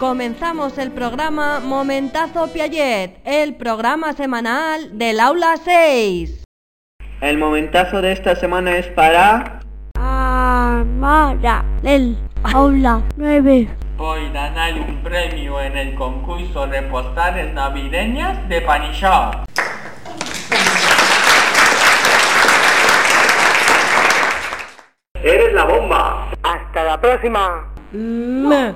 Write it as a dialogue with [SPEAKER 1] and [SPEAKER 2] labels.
[SPEAKER 1] Comenzamos el programa Momentazo Piaget, el programa semanal del aula 6.
[SPEAKER 2] El momentazo de esta semana es para...
[SPEAKER 3] Amara, el aula 9.
[SPEAKER 4] Voy a ganar un premio en el concurso de postales navideñas de Panishop.
[SPEAKER 5] ¡Eres la bomba!
[SPEAKER 6] ¡Hasta la próxima!
[SPEAKER 7] No.